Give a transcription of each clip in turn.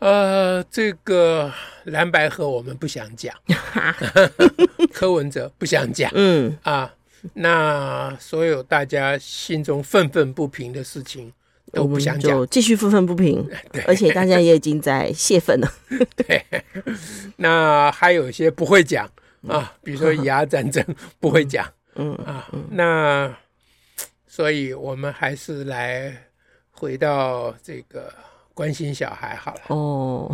呃，这个蓝白河我们不想讲，柯文哲不想讲嗯，啊。那所有大家心中愤愤不平的事情都我不们想讲就。继续愤愤不 平，而且大家也已经在泄愤了。那还有一些不会讲啊，比如说以阿战争不会讲嗯，啊。那所以我们还是来回到这个关心小孩 好了。哦，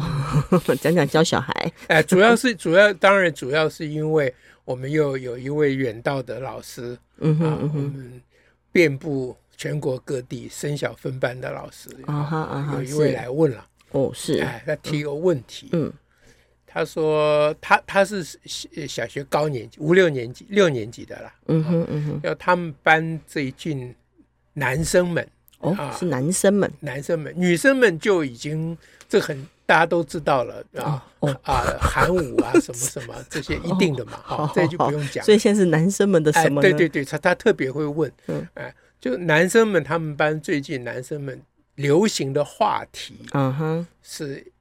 讲讲教小孩，哎，主要是主要，当然主要是因为我们又有一位远道的老师嗯啊哼，嗯我哼，们遍布全国各地升小分班的老师，啊哈啊哈，有一位是来问了，哦是，哎，他提个问题，嗯，他说他他是小小学高年级五六年级六年级的啦，嗯哼嗯哼，要他们班最近男生们哦啊是男生们男生们女生们就已经这很大家都知道了啊。哦，啊，韩舞啊，什么什么，这些一定的嘛，好哈，这就不用哦讲。所以现在是男生们的哎什，么呢？对对对，他他特别会问嗯，哎，就男生们他们班最近男生们流行的话题嗯哼是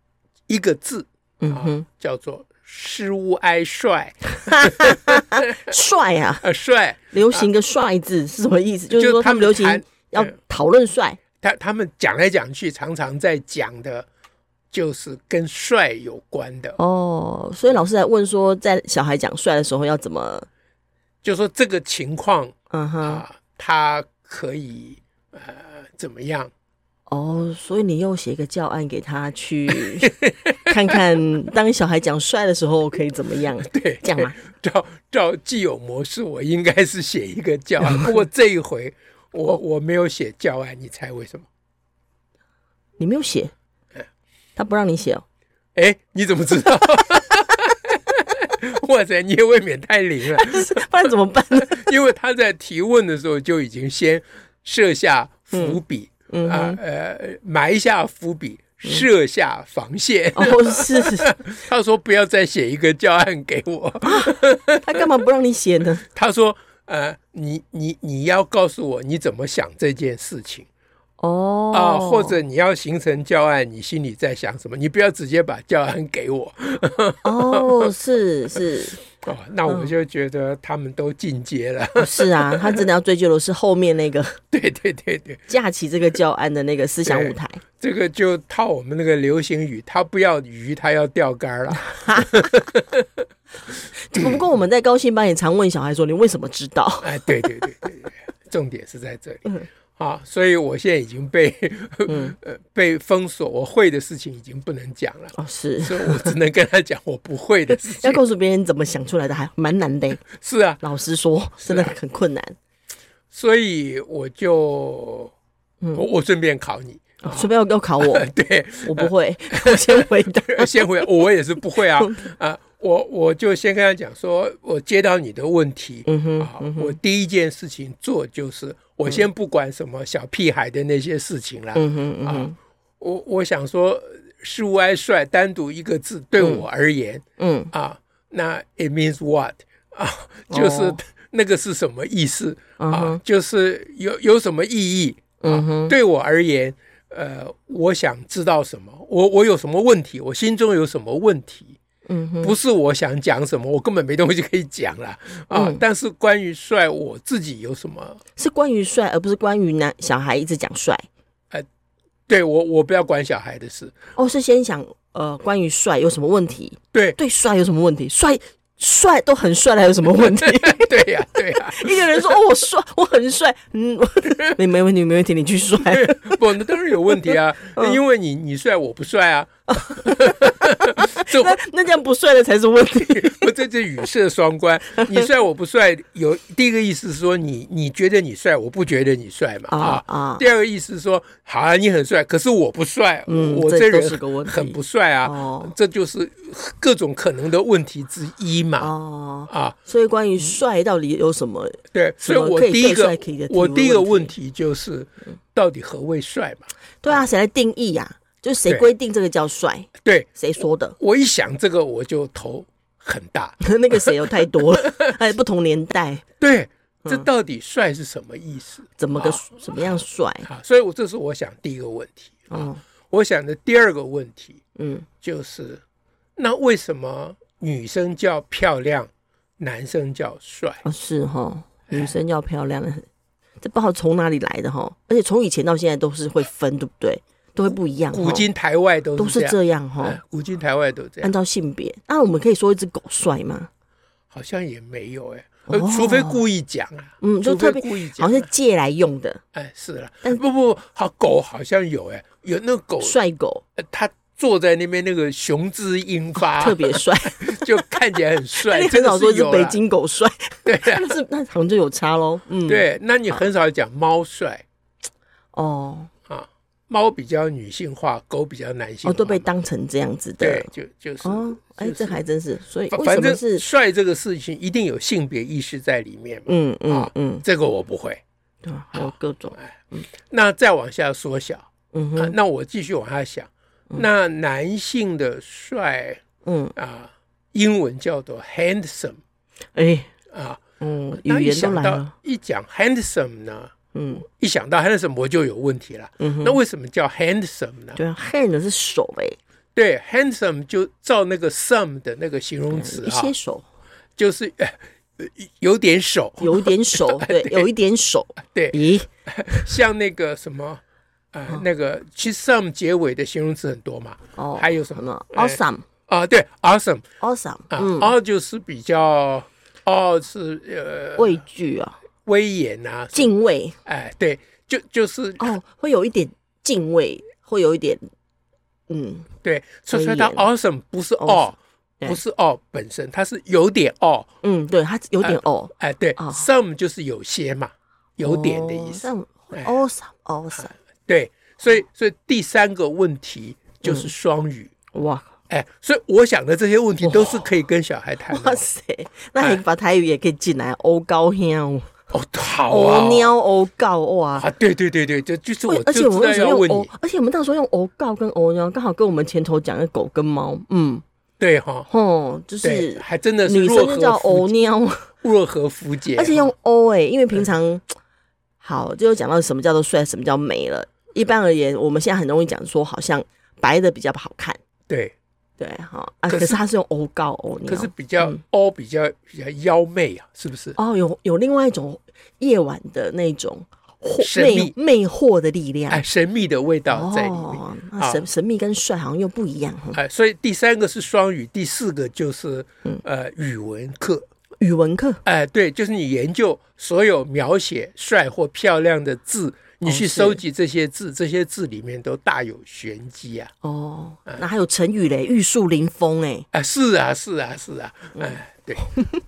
一个字，嗯啊哼，叫做“失物爱帅帅啊”，，呃，帅，流行个帅字是什么 意思？ 就是说他们流行谈要嗯讨论帅，他他们讲来讲去，常常在讲的，就是跟帅有关的，哦，所以老师来问说，在小孩讲帅的时候要怎么？就说这个情况嗯哼，啊，他可以呃怎么样？ 哦，所以你又写一个教案给他去 看看，当小孩讲帅的时候可以怎么样？对，这样 吗？照照既有模式，我应该是写一个教 案。不过这一回哦我我没有写教案，你猜为什么？你没有写，他不让你写哦。 哎，你怎么知道？ 哇塞，你也未免太灵了，不然怎么办呢？ 因为他在提问的时候就已经先设下伏笔嗯啊哼，，呃，埋下伏笔，设下防线。 哦，是，他说不要再写一个教案给我， 他干嘛不让你写呢？他说呃，你你你要告诉我你怎么想这件事情。哦，啊，或者你要形成教案，你心里在想什么？你不要直接把教案给我嗯哦，是是哦。那我就觉得他们都进阶了。 哦是啊，他真的要追究的是后面那个对对对对，架起这个教案的那个思想舞台。这个就套我们那个流行语，他不要鱼，他要钓竿了。不过我们在高兴班也常问小孩说：“你为什么知道哎，对对对对对，重点是在这里嗯。啊，所以我现在已经被、嗯呃被封锁，我会的事情已经不能讲了？”，哦，是所以我只能跟他讲我不会的事情要。告诉别人怎么想出来的，还蛮难的。是啊，老实说，真的很困难。所以我就、嗯我我顺便考你，哦随便要要考 我，对，我不 会，我先回答。先回，我也是不会啊嗯啊！我我就先跟他讲说，我接到你的问题、嗯哼，啊，我第一件事情做就是，我先不管什么小屁孩的那些事情啦，嗯哼，嗯哼啊，我我想说，是无爱帅单独一个字对我而言、嗯，啊，那 it means what 啊，就是、哦那个是什么意思嗯啊？哼就是有有什么意义？嗯哼，对我而言，呃，我想知道什么，我我有什么问题，我心中有什么问题，嗯哼，不是我想讲什么，我根本没东西可以讲了啊。嗯但是关于帅，我自己有什么？是关于帅，而不是关于男小孩一直讲帅。对我，我不要管小孩的事。 哦，是先想呃，关于帅有什么问题？对对帅有什么问题？帅帅都很帅了，还有什么问 题？对呀、对呀、一个人说哦，我帅，我很帅，嗯， 我没没问题，没问题，你去帅。 嗯 不，那当然有问题啊，因为你你帅，我不帅啊。这那那这样不帅的才是问题。我这就语塞双关。你帅我不帅，有第一个意思是说你你觉得你帅，我不觉得你帅嘛啊啊。啊，第二个意思是说，好啊，你很帅，可是我不帅，嗯我这这都人是个问题很不帅啊，哦这就是各种可能的问题之一嘛。哦，啊，所以关于帅到底有什么？对，什所以么我可以第一更个帅可以的我提第一个问问题就是，到底何谓帅嘛？对啊，谁来定义呀、就是谁对规定这个叫帅？对谁说的？ 我一想这个，我就头很大。那个谁有太多 了，还有不同年代，对，嗯这到底帅是什么意思怎么个、啊怎么样帅？啊？所以我这是我想第一个问题。哦，我想的第二个问题嗯，就是，那为什么女生叫漂亮，男生叫帅？哦是哈，女生要漂亮的，这不好从哪里来的哈？而且从以前到现在都是会分，对不对？都会不一样齁，古今台外都都是是这样，这嗯样哈哎。古今台外都这按样，照性别，那我们可以说一只狗帅吗？好像也没有哎、哦呃除非故意讲啊，嗯就除非特别故意好讲啊，像是借来用的，哎是了，但不不，好狗好像有哎、有那狗，帅狗呃它坐在那边那个雄姿英发，哦特别 帅。就看起来很帅， 你这很个少说是是有北啦，京狗 帅， 对啊那是那好像就有差喽。嗯，，对，那你很少讲猫帅哦啊，猫比较女性化，狗比较男性哦，化，都被当成这样子的对，。就就是哦，哎，就是这还真是，所以反为什反么正是帅这个事情一定有性别意识在里面嘛，嗯嗯啊嗯，这个我不会。哎对吧，还有各种，那再往下缩小，嗯啊哼，那我继续往下想，那男性的帅嗯，啊，英文叫做 handsome 哎，啊，嗯，那语一言都想来到了，一讲 handsome 呢，嗯一想到 handsome 我就有问题了。嗯哼，那为什么叫 handsome 呢？对啊，hand 是手哎，对，handsome 就照那个 some 的那个形容词一啊，些手就是呃呃有点手，有一点 手，对，有一点手，对咦，像那个什么啊呃，那个其实 some 结尾的形容词很多嘛，哦，还有什什么么哎？awesome，awesome，啊？对，awesome 啊嗯， ，aw 就是比较 aw 是呃畏惧啊，威严啊，敬畏哎，对，就就是哦，会有一点敬畏，会有一点，嗯，对，所以说威它严 awesome 不是 Awesome， all，对不是 all 本身，它是有点 all，嗯，对，他有点哦，哎，对哦，some 就是有些嘛，有点的意思。哦哎但，awesome，awesome，对，所以所以第三个问题嗯就是双语。哇。哎，所以我想的这些问题都是可以跟小孩谈的哇塞，那哎还把台语也可以进来，欧高香，哦，好啊欧，喵，欧告哇！啊，对对对对，这就是为我而且就我们为知道什么要用问欧你，，而且我们到时候用欧告跟欧喵，刚好跟我们前头讲的狗跟猫，嗯，对哈，吼，就对，是还真的是女若生就叫何欧夫哦喵，若何夫解，而且用欧哎、因为平常好就讲到什么叫做帅，什么叫美了。一般而言，我们现在很容易讲说，好像白的比较好看，对，对哈啊，可可是是它是用欧告欧喵可是比较哦，比较比较妖媚啊，是不是？嗯哦，有有另外一种夜晚的那种惑神魅秘魅惑的力量。哎，神秘的味道在里面。哦，那神神秘跟帅好像又不一样。哎，所以第三个是双语，第四个就是嗯呃语文课。语文课哎，对，就是你研究所有描写帅或漂亮的字，你去是收集这些字，这些字里面都大有玄机啊！哦，那还有成语嘞，玉树临风哎，啊，是啊，是啊，是啊，哎，对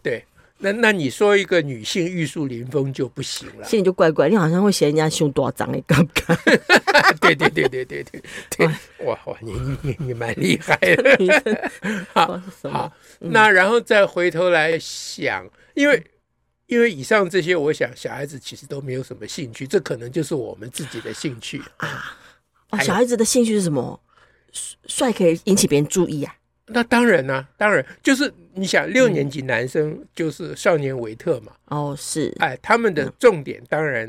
对，那那你说一个女性玉树临风就不行了， 心里就怪怪，你好像会嫌人家胸多长哎，尴尬。对对对对对对对，哇哇，你你你你蛮厉害 的。女生 好是什么好？，那然后再回头来想，因为因为以上这些，我想小孩子其实都没有什么兴趣，这可能就是我们自己的兴趣。啊哦，还有小孩子的兴趣是什么？帅帅可以引起别人注意啊。那当然啦、当然就是你想嗯六年级男生就是少年维特嘛，哦，是，哎，他们的重点当然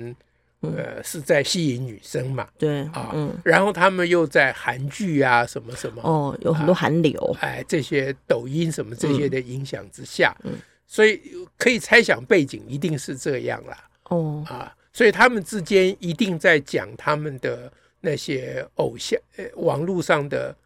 嗯呃是在吸引女生嘛，对啊，嗯，然后他们又在韩剧啊什么什么，哦，有很多韩流，哎，这些抖音什么这些的影响之下，嗯嗯所以可以猜想背景一定是这样啦哦，啊，所以他们之间一定在讲他们的那些偶像，呃，网络上的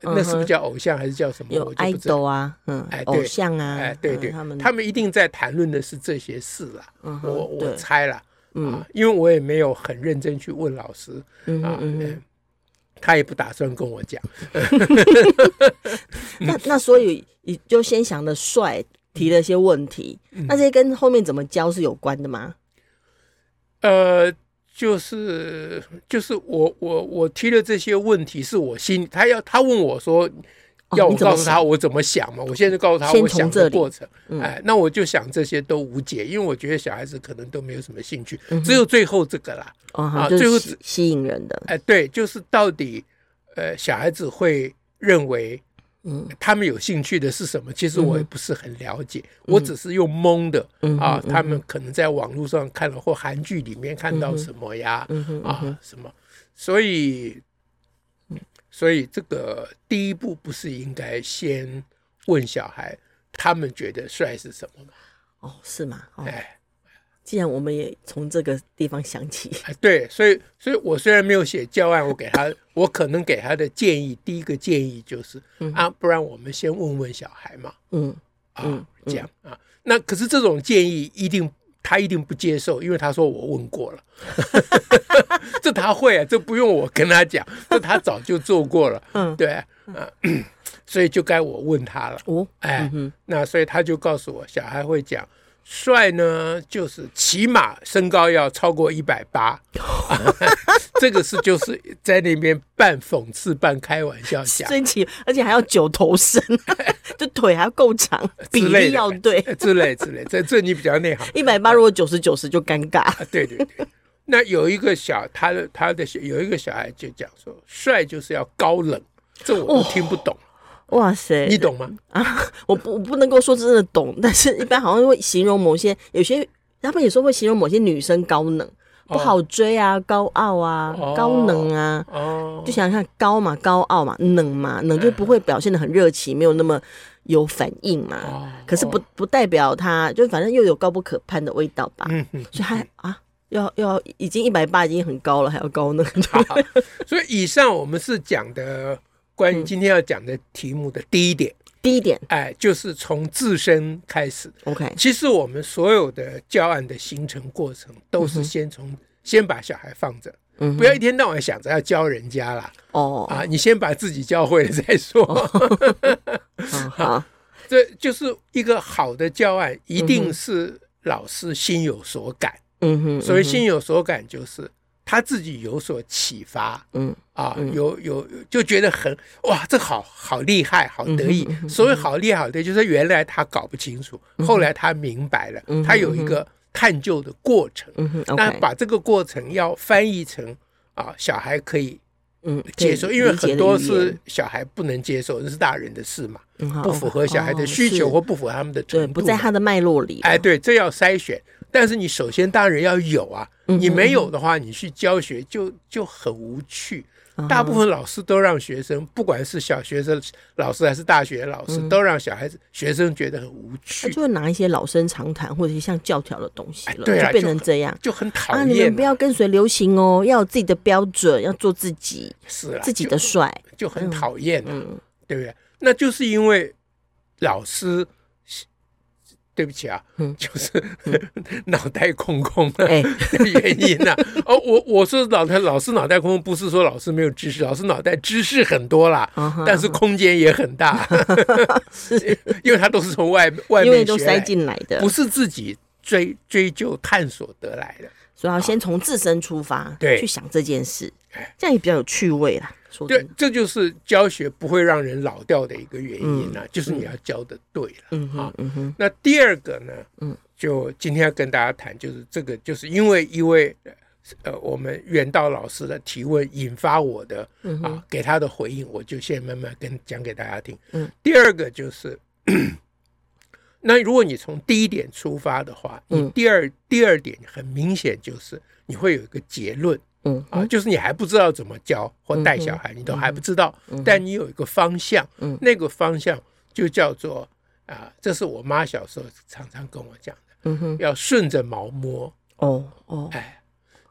那是不嗯是哼叫偶像还是叫什么？有嗯我就爱不知道。豆啊，嗯哎，对偶像啊，哎，对对，嗯他们他们一定在谈论的是这些事啦，嗯哼我我对猜啦，啊嗯啊，因为我也没有很认真去问老师嗯啊哼，嗯嗯哼，他也不打算跟我讲。嗯那那所以你就先想的帅提了一些问题，嗯那这些跟后面怎么教是有关的吗？呃，就是就是我我我提的这些问题是我心，他要他问我说，哦要你我怎么告诉他我怎么想嘛，我现在就告诉他先我从想这的里嗯过程，哎，那我就想这些都无解，因为我觉得小孩子可能都没有什么兴趣，嗯只有最后这个啦，哦，啊好，就最后是吸吸引人的，哎，对，就是到底呃小孩子会认为。嗯他们有兴趣的是什么？其实我也不是很了解，我只是用蒙的、嗯啊哼，他们可能在网络上看了或韩剧里面看到什么呀，嗯哼嗯哼嗯啊什么，所以所以这个第一步不是应该先问小孩他们觉得帅是什么吗？哦，是吗？哦，哎既然我们也从这个地方想起，哎，对，所以所以我虽然没有写教案，我给他，我可能给他的建议，第一个建议就是啊，不然我们先问问小孩嘛。嗯嗯啊，这样啊。那可是这种建议一定他一定不接受，因为他说我问过了， 这他会啊，这不用我跟他讲，这他早就做过了，嗯对啊， 所以就该我问他了。哦，哎，那所以他就告诉我，小孩会讲。帅呢，就是起码身高要超过一百八，哦 这个是就是在那边半讽刺半开玩笑讲真奇，而且还要九头 身，就腿还要够长，比之类例的要对。之类之类，这这你比较内 行。一百八如果九十九十就尴 尬，啊，对对对。那有一个小，他的他的小有一个小孩就讲说，帅就是要高冷，这我哦都听不懂，哇塞！你懂吗？我不我不能够说真的懂，但是一般好像会形容某些有些他们有时候会形容某些女生高冷，不好追啊，高傲啊，哦高冷啊。哦哎就，想想看，高嘛，高傲嘛，冷嘛，冷就不会表现的很热情，没有那么有反应嘛。哦可是不不代表他，就反正又有高不可攀的味道吧。嗯嗯，所以他啊，要要已经一百八已经很高了，还要高呢。 好。所以以上我们是讲的关于嗯今天要讲的题目的第一点，第一点哎，就是从自身开始。 ，OK，其实我们所有的教案的形成过程，都是先从先把小孩放着，嗯嗯哼，不要一天到晚想着要教人家啦，哦， 啊，你先把自己教会了再说。好好， 这就是一个好的教案，一定是老师心有所感。嗯哼， 所谓嗯哼心有所感，就是他自己有所启发嗯啊，有有就觉得很哇，这好好厉害，好得嗯意。所谓好厉害好得意，就是原来他搞不清楚，后来他明白了，他有一个探究的过程。嗯哼那嗯，OK，把这个过程要翻译成啊，小孩可以嗯，可以接受，因为理解的很多语是言小孩不能接受，那是大人的事嘛。嗯好不符合小孩的哦需求是或不符合他们的程对度，不在他的脉络里。啊哎，，对，这要筛选。但是你首先当然要有啊，嗯你没有的话，你去教学就就很无趣。嗯大部啊分老师都让学生，不管是小学生老师还是大学老师，都让小孩子学生觉得很无他趣，嗯就会拿一些老生常谈或者是像教条的东西哎了，对啊就变就成这样。就很讨啊，你厌们嘛。不要跟随流行哦，要有自己的标准，要做自己，是啦自己啊就的帅。 就很讨厌、啊，嗯对不对？那就是因为老师，对不起啊，嗯就是 脑袋空空的、哎原因呐、哦，我我说脑袋老师脑袋空空，不是说老师没有知识，老师脑袋知识很多啦，啊哈但是空间也很 大， 因为他都是从外外因为面都学来塞的，进来的不，是自己追追究探索得来的。所以要先从自身出发，啊对去想这件事，这样也比较有趣味啦。说真对的，，这就是教学不会让人老掉的一个原因啊，就是你要教的对了、啊。嗯哼，那第二个呢，嗯，就今天要跟大家谈，就是这个，就是因为一位呃，我们远道老师的提问引发我的、嗯啊，给他的回应，我就先慢慢跟讲给大家听。嗯，第二个就是， 那如果你从第一点出发的话，你嗯第二、第二点很明显就是你会有一个结论。嗯啊，就是你还不知道怎么教或带小孩，你都还不知道，但你有一个方向，嗯那个方向就叫做啊、这是我妈小时候常常跟我讲的，嗯哼，要顺着毛摸，哦哦，哎，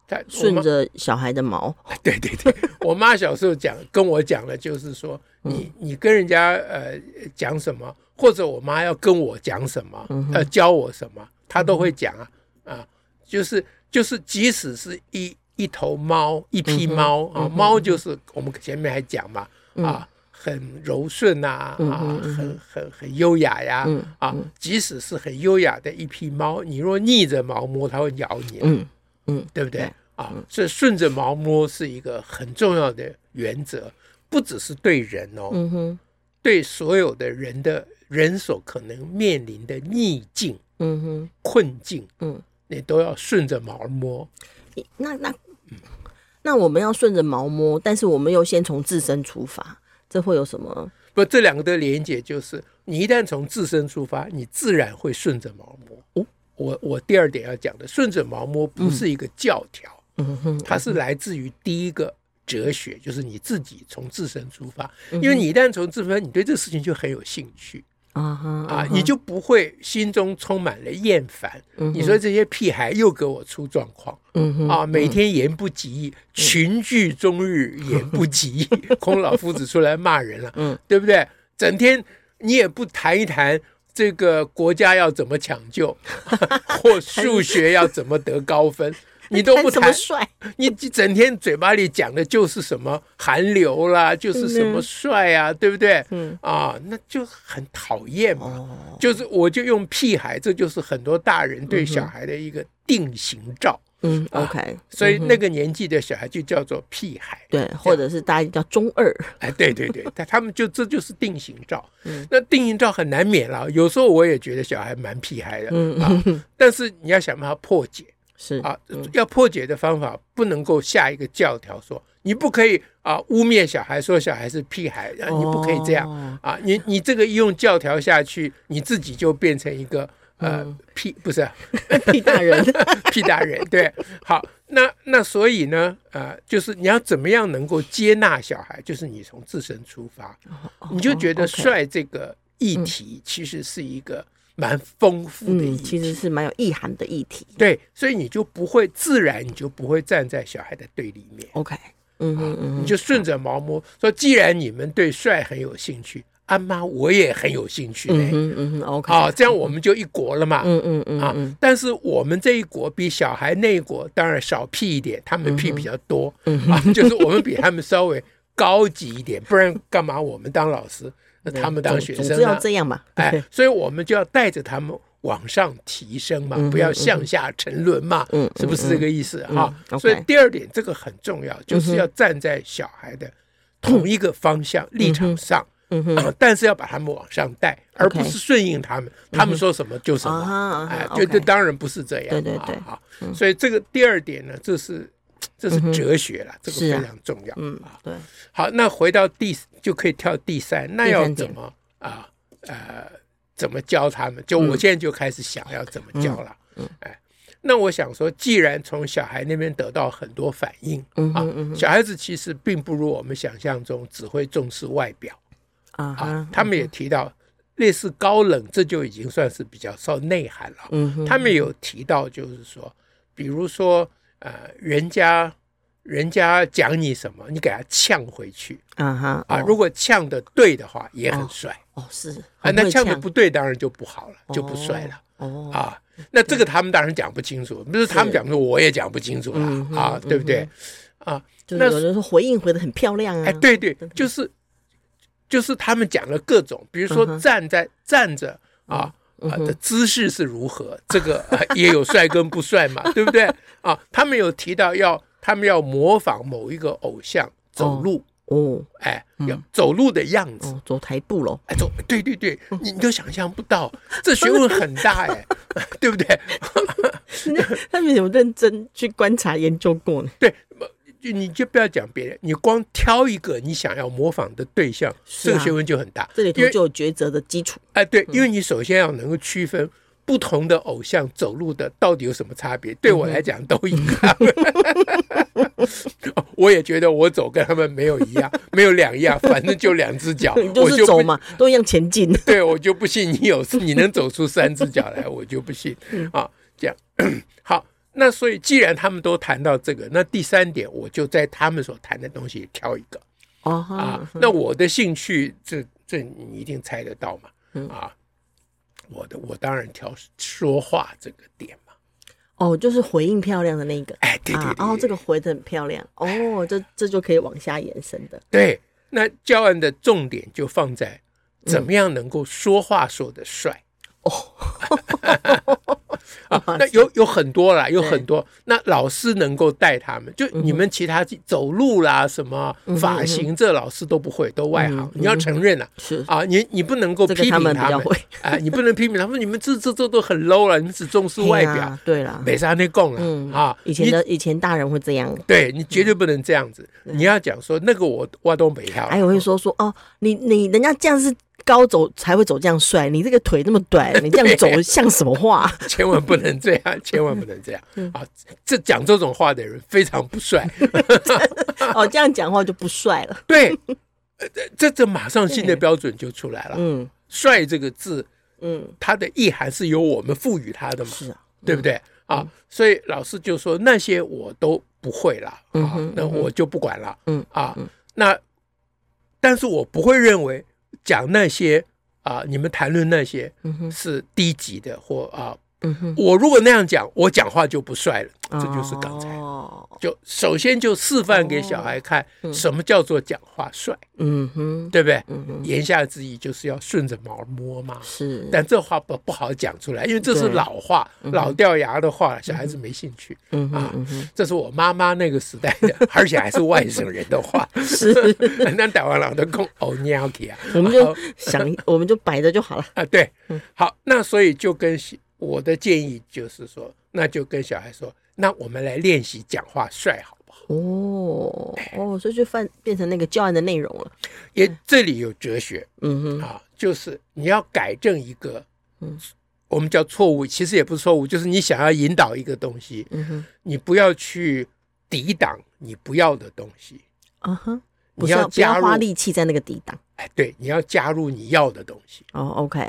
她我顺妈着小孩的毛，对对对，我妈小时候讲跟我讲的就是说，你你跟人家呃讲什么，或者我妈要跟我讲什么，呃教我什么，她都会讲啊啊，就是就是，即使是一一头猫，一匹猫啊，猫就是我们前面还讲嘛，啊，很柔顺呐，啊，很很很优雅呀，啊，即使是很优雅的一匹猫，你若逆着毛摸，它会咬你，嗯嗯，对不对对？啊，所以顺着毛摸是一个很重要的原则，不只是对人哦，嗯哼，对所有的人的人所可能面临的逆境、嗯哼，困境，嗯，你都要顺着毛摸。诶那那那我们要顺着毛摸，但是我们又先从自身出发，这会有什么？不，这两个的连接就是，你一旦从自身出发，你自然会顺着毛哦摸。我我第二点要讲的，顺着毛摸不是一个教条，嗯哼，它是来自于第一个哲学，就是你自己从自身出发。嗯因为你一旦从自身，你对这事情就很有兴趣啊哈啊，哈你就不会心中充满了厌烦。你说这些屁孩又给我出状况。嗯哼，嗯啊，每天言不及义，群聚终日言不及 义，孔老夫子出来骂人了，嗯，对不对？整天你也不谈一谈这个国家要怎么抢 救，或数学要怎么得高分，你都不看什么谈，帅？你整天嘴巴里讲的就是什么韩流啦，就是什么帅啊，对不对？嗯啊，那就很讨厌嘛。哦，就是我就用屁孩，这就是很多大人对小孩的一个定型照。嗯啊，OK，所以那个年纪的小孩就叫做屁孩，对，或者是大家叫中二，哎，对对对，但他们就这就是定型照嗯，那定型照很难免了。有时候我也觉得小孩蛮屁孩的嗯啊，但是你要想办法破解是啊，要破解的方法不能够下一个教条说你不可以啊污蔑小孩说小孩是屁孩，啊哦你不可以这样样，啊，你你这个一用教条下去，你自己就变成一个呃嗯屁不是啊 屁大人，屁大人，对，好，那那所以呢，呃，就是你要怎么样能够接纳小孩，就是你从自身出发，你就觉得哦 OK 帅这个议题其实是一个蛮丰富的议嗯，其题，实是蛮有意涵的议题。对，所以你就不会自然，你就不会站在小孩的对立面， OK，嗯哼嗯你哼，就顺着毛摸说，既然你们对帅很有兴趣，阿妈我也很有兴趣嗯嘞，哼嗯哼，OK，好、这样我们就一国了嘛，嗯嗯嗯啊嗯，但是我们这一国比小孩那一国当然少屁一点，他们嗯屁比较多、啊，就是我们比他们稍微高级一点，不然干嘛我们当老师，那他们当总学总生之要呢？这样嘛， 哎，所以我们就要带着他们往上提升嘛，不要向下沉沦嘛，嗯是不是这个意思嗯啊？ OK 嗯所以第二点，这个很重要，就是要站在小孩的同一个方向、立场上。嗯哼啊，但是要把他们往上带，而不 OK 嗯是顺应他们，他们说什么就什么。啊哈哎啊，哈对对， ，OK 当然不是这样。对对对啊，啊所以这个第二点呢，这是这是哲学了，这嗯个是啊非常重要。嗯，对，好，那回到第就可以跳第三，那要第三怎点么啊呃怎么教他们？嗯就我现在就开始想要怎么教了。哎，那我想说，既然从小孩那边得到很多反应嗯啊哼嗯，小孩子其实并不如我们想象中只会重视外表。啊啊哈，，他们也提到类似高冷，这就已经算是比较受内涵了。嗯哼，他们有提到，就是说，比如说，呃，人家人家讲你什么，你给他呛回去啊哈啊。哦如果呛的对的话，也很哦帅哦是啊。那呛呛的不对，当然就不好了，就不帅了哦，啊。那这个他们当然讲不清楚，不是他们讲说我也讲不清楚嗯哼了啊，对不对？就是有人说回应回的很漂亮啊，哎，，对对，就是就是他们讲了各种，比如嗯说哼哦站在、站着嗯啊。啊的姿势是如何？这个、啊 也有帅跟不帅嘛，对不对？啊，他们有提到要他们要模仿某一个偶像走路，哦哎，要走路的样子，哦，走台步 喽，哎，走，对对对，嗯你你都想象不到，这学问很大哎， 对不对？他们有认真去观察研究过呢，对，就你就不要讲别人，你光挑一个你想要模仿的对象，是这个啊嗯学问就很大。这里头因为就有抉择的基础，，哎，对，因为你首先要能够区分不同的偶像走路的到底有什么差别。对我来讲都一样， 我也觉得我走跟他们没有一样，没有两样，反正就啊两只脚 就我是走不嘛，都一样前进， 对我就不信你有你能走出三只脚来，我就 不信嗯啊。这样好，那所以既然他们都谈到这个，那第三点我就在他们所谈的东西挑一个。哦啊哈，，那我的兴趣，这这你一定猜得到嘛？嗯啊，我的我当然挑说话这个点嘛。哦，就是回应漂亮的那一个哎，对对啊对，，然后这个回的很漂亮哦，这这就可以往下延伸的，对，那教案的重点就放在嗯怎么样能够说话说得帅。哦， 啊，那有有很多啦，有很多。那老师能够带他们，就嗯你们其他走路啦、什么发型，这老师都不会，都外行。你要承认啦，是啊，你你不能够嗯这批个评他们比较们会，啊，你不能批评他们，你们这这这都很 low 了，你们只重视外嘿表啊，，对啦，没啥那供嗯了啊。以前你的以前大人会这样，对你绝对不能这样子，嗯你要讲说那个我挖东北跳，还有会说说哦，你你人家这样是高走才会走这样帅，你这个腿那么短， 你这样走像什么话？千万不能这样，千万不能这样嗯啊！这讲这种话的人非常 不帅。哦，这样讲话就不帅了。对，呃这这这马上新的标准就出来了。嗯帅这个字，嗯，它的意涵是由我们赋予它的嘛，是啊，对不对啊？所以老师就说那些我都不会了嗯啊哼嗯，那我就不管了。嗯啊，那但是我不会认为讲那些啊，你们谈论那些嗯哼，是低级的或啊。嗯哼，我如果那样讲，我讲话就不帅了，这就是刚才。哦，就首先就示范给小孩看什么叫做讲话帅，嗯哼，对不对？嗯哼，言下之意就是要顺着毛摸嘛。是，但这话不不好讲出来，因为这是对老话、老掉牙的话，小孩子没兴趣。嗯哼啊嗯哼，这是我妈妈那个时代的，而且还是外省人的话。是， 那台湾人都讲哦尿去啊，我们 就想，我们就摆着就好了。啊，对，嗯好，那所以就跟小我的建议就是说，那就跟小孩说，那我们来练习讲话帅好不好？哦哦，所以就犯变成那个教案的内容了。也这里有哲学嗯哼，啊，就是你要改正一个，嗯我们叫错误，其实也不是错误，就是你想要引导一个东西，嗯哼，你不要去抵挡你不要的东西，啊哈，不你是要不加要入花，力气在那个抵挡。哎，对，你要加入你要的东西。哦，OK，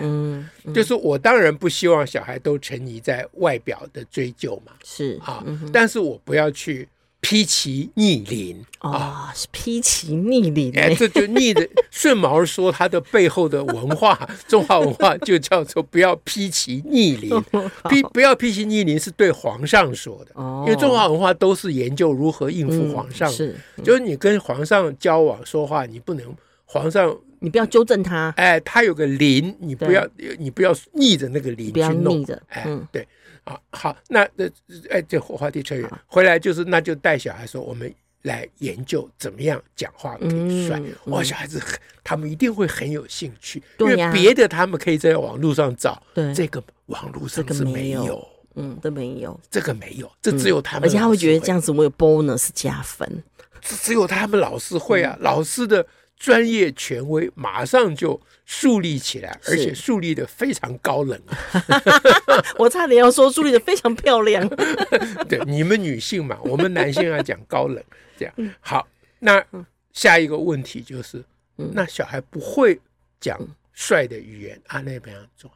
嗯，嗯就是我当然不希望小孩都沉溺在外表的追究嘛，是啊嗯，哼但是我不要去披其逆鳞啊。哦，是披其逆鳞哎，欸，这就 逆的顺毛说，它的背后的文化，中华文化就叫做不要披其逆 鳞， 披不要披其逆鳞是对皇上说的，哦 因为中华文化都是研究如何应付嗯皇上，是，就是你跟皇上交往说话，你不能皇上你不要纠正他，哎，他有个鳞，你不对要你不要逆着那个鳞不要去弄逆，着，哎嗯，对啊，好，那那哎，这话题扯远，回来就是那就带小孩说，我们来研究怎么样讲话可以帅。嗯哇，小孩子很他们一定会很有兴趣，因对为呀别的他们可以在网络上找，对，这个网络这上个是没没有有，嗯都没有，这个没有，这只有他而们，且他会觉得这样，样子我有 bonus 加分，这只有他们老师会嗯啊，老师的。专业权威马上就树立起来，而是且树立的非常高冷啊！我差点要说朱丽的非常漂 亮，对，你们女 性嘛，我们男性要讲高冷，这样嗯好。那下一个问题就是，嗯那小孩不会讲帅的语言，啊阿内怎样做？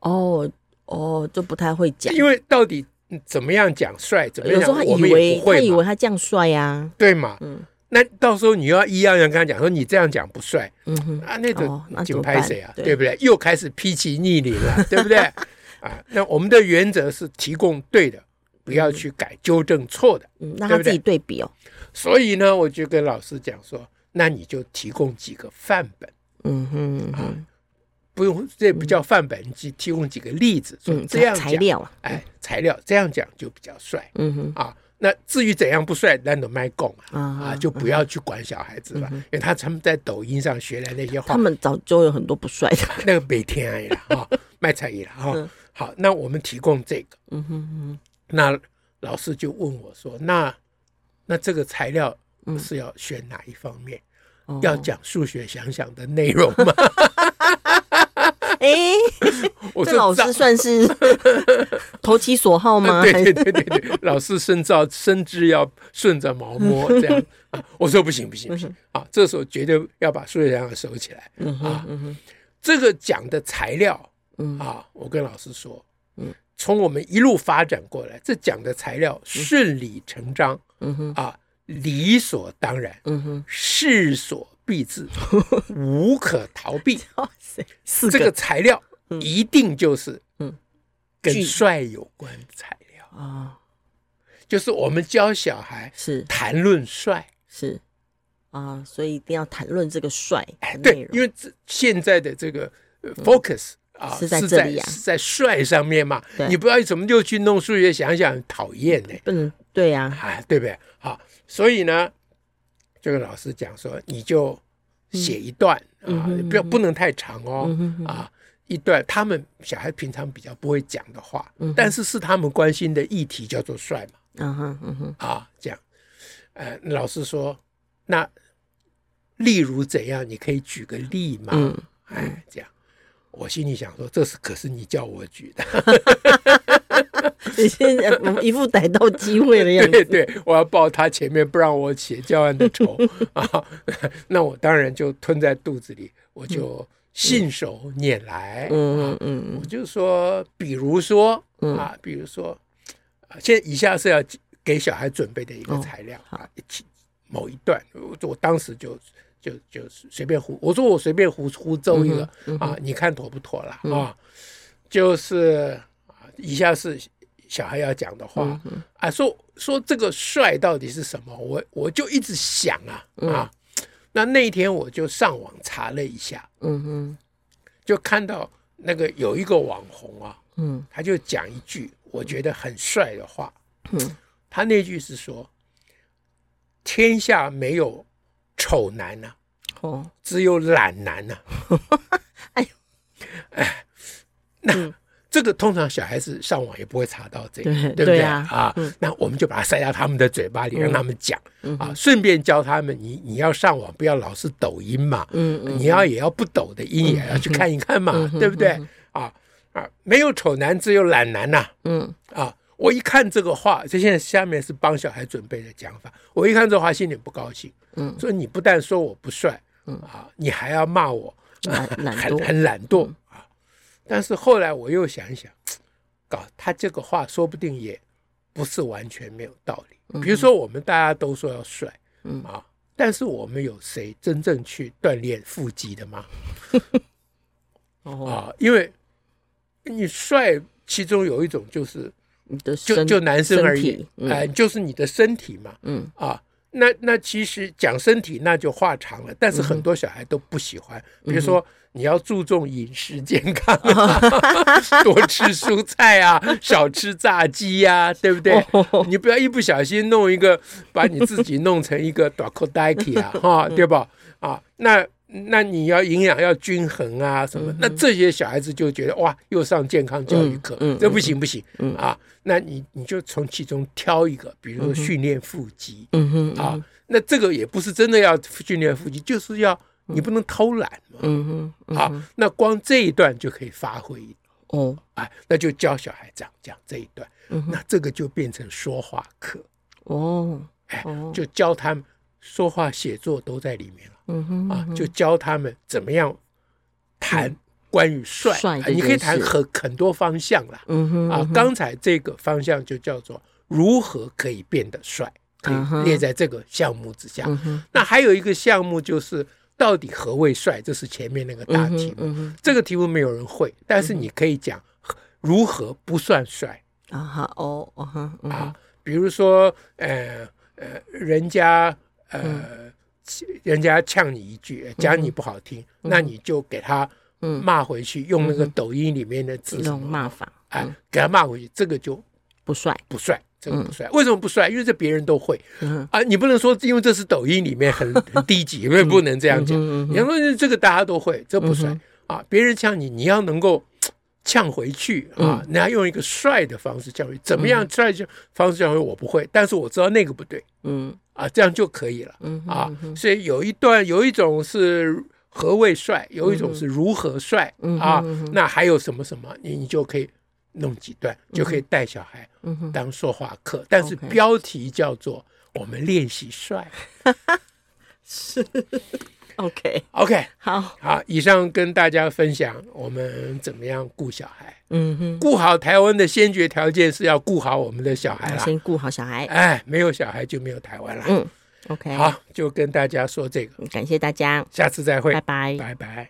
哦哦，就不太会讲，因为到底嗯怎么样讲帅，怎么有样时候讲，他我以们为也不他会以嘛，为他这样帅呀，对嘛？嗯那到时候你要一样样跟他讲说，你这样讲不帅，嗯哼，啊，那哦种那怎紧么拍办谁啊？对对不对？又开始批其逆鳞 了，对不对？啊，那我们的原则是提供对的，不要去改纠正错的。嗯，让对他不自对己对比哦，所以呢，我就跟老师讲说，那你就提供几个范本，嗯哼嗯哼，不用这不叫范本，你只提供几个例子，说嗯，这样材讲，料啊，哎，材料这样讲就比较帅嗯哼，啊。那至于怎样不帅，那都卖供啊，啊啊，就不要去管小孩子了，因为他他们在抖音上学来那些话嗯他，们早就有很多不帅 的，那个没听而已了 哈，卖才艺了哈。好，那我们提供这个，嗯哼嗯那老师就问我说，那那这个材料是要选哪一方面？哼，嗯哦要讲数学想想的内容 吗？哎，我这老照师算 是投其所好吗？对还对对对对，老师深造深知要顺着 毛摸这样。啊我说不行不行不嗯行啊！这时候绝对要把数学想想收起来啊！这个讲的材料嗯啊，我跟老师说嗯，从我们一路发展过来，这讲的材料顺理成章 嗯哼，啊，理所当然，嗯哼，势所必至， 无可逃避。哇塞，四这个材料一定就是嗯跟具帅有关的材料，啊，就是我们教小孩是谈论帅。是啊，所以一定要谈论这个帅哎，的内对，因容。嗯为这现在的这个呃 focus 啊，是在是这在里啊是在帅上面嘛对。你不要怎么又去弄数学，想想很讨厌呢、不能对呀，啊，对不对？好，所以呢，就跟老师讲说，你就写一段、嗯啊哼嗯，哼不要不能太长哦、嗯哼哼啊，一段他们小孩平常比较不会讲的话，嗯哼但是是他们关心的议题叫做帅嘛嗯哼嗯哼，啊，这样，呃，老师说，那例如怎样，你可以举个例嘛？嗯 哎，这样。我心里想说，这是可是你叫我举的，你现在呃我一副逮到机会的样子。对 对，我要报他前面不让我写教案的仇 啊，那我当然就吞在肚子里，我就信手拈来，嗯嗯嗯我就说，比如说啊，比如说，啊现在以下是要给小孩准备的一个材料、啊，其某一段，我我当时就就就随便胡，我说我随便胡胡诌一个、啊，你看妥不妥啦？啊，就是啊，以下是小孩要讲的话、啊，说说这个帅到底是什么？我我就一直想啊啊，那那一天我就上网查了一下，嗯哼就看到那个有一个网红啊，嗯，他就讲一句我觉得很帅的话，嗯，他那句是说：“天下没有丑男呐、哦，只有懒男呐、 哎呦嗯哎那、这个通常小孩子上网也不会查到这个，对对不对对啊嗯那我们就把它塞到他们的嘴巴里，让他们讲、啊，顺便教他们，你你要上网不要老是抖音嘛，嗯嗯你要也要不抖的音也要去看一看嘛，对不对？啊啊，没有丑男，只有懒男呐、嗯啊！我一看这个话，这现在下面是帮小孩准备的讲法。我一看这话，心里不高兴，嗯，说你不但说我不帅，嗯啊，你还要骂我懒懒很惰嗯很懒惰啊。但是后来我又想一想，搞他这个话说不定也不是完全没有道理。比如说，我们大家都说要帅，嗯啊，但是我们有谁真正去锻炼腹肌的吗？哦，啊，因为你帅，其中有一种就是你的就身就男生而身已体，哎、就是你的身体嘛，嗯啊，那那其实讲身体那就话长了，但是嗯很多小孩都不喜欢，比如说你要注重饮食健康、啊， 多吃蔬菜啊，少吃炸鸡呀、对不哦对？你不要一不小心弄一个，把你自己弄成一个短裤 d i 啊，哈，对吧？嗯啊，那。那你要营养要均衡啊，什么？那这些小孩子就觉得哇，又上健康教育课，嗯嗯这不行不行、嗯啊！那你你就从其中挑一个，比如说训练腹肌，嗯哼啊，那这个也不是真的要训练腹肌，就是要你不能偷懒嘛。嗯哼嗯啊，那光这一段就可以发挥，哦哎，那就教小孩讲讲这一段，嗯哼那这个就变成说话课，哦哎哦，就教他们说话、写作都在里面了嗯哼嗯啊，就教他们怎么样谈关于帅，帅啊这你可以件谈事很很多方向啦。嗯哼啊，刚才这个方向就叫做如何可以变得帅，可嗯以哼列在这个项目之下。嗯哼那还有一个项目就是到底何谓帅，这是前面那个大嗯题哼目。嗯哼这个题目没有人会，但是你可以讲如何不算帅啊哈哦哦哈嗯啊哼，比如说呃呃，人家呃、人家呛你一句，呃讲你不好听，那你就给他嗯骂回去，用那个抖音里面的字这什种么，骂法哎、给他骂回去，这个就不帅，嗯不帅。这个不帅，为什么不帅？因为这别人都会啊，你不能说因为这是抖音里面很很低级，因为不能这样讲。嗯你要说这个大家都会，这不帅啊。别人呛你，你要能够呛回去嗯啊，你要用一个帅的方式呛回去。怎么样帅的方式呛回去？我不会，但是我知道那个不对嗯啊，这样就可以了嗯哼啊。所以有一段，有一种是。何谓帅？有一种是如何帅、嗯啊嗯嗯？那还有什么什么？你你就可以弄几段，就可以带小孩嗯哼当说话课，但是 OK 标题叫做“我们练习帅。，OK，” OK，好，好，以上跟大家分享我们怎么样顾小孩，嗯哼，顾好台湾的先决条件是要顾好我们的小孩要啦。先顾好小孩，哎，没有小孩就没有台湾啦。嗯，OK，，好，就跟大家说这个，感谢大家，下次再会，拜拜。拜拜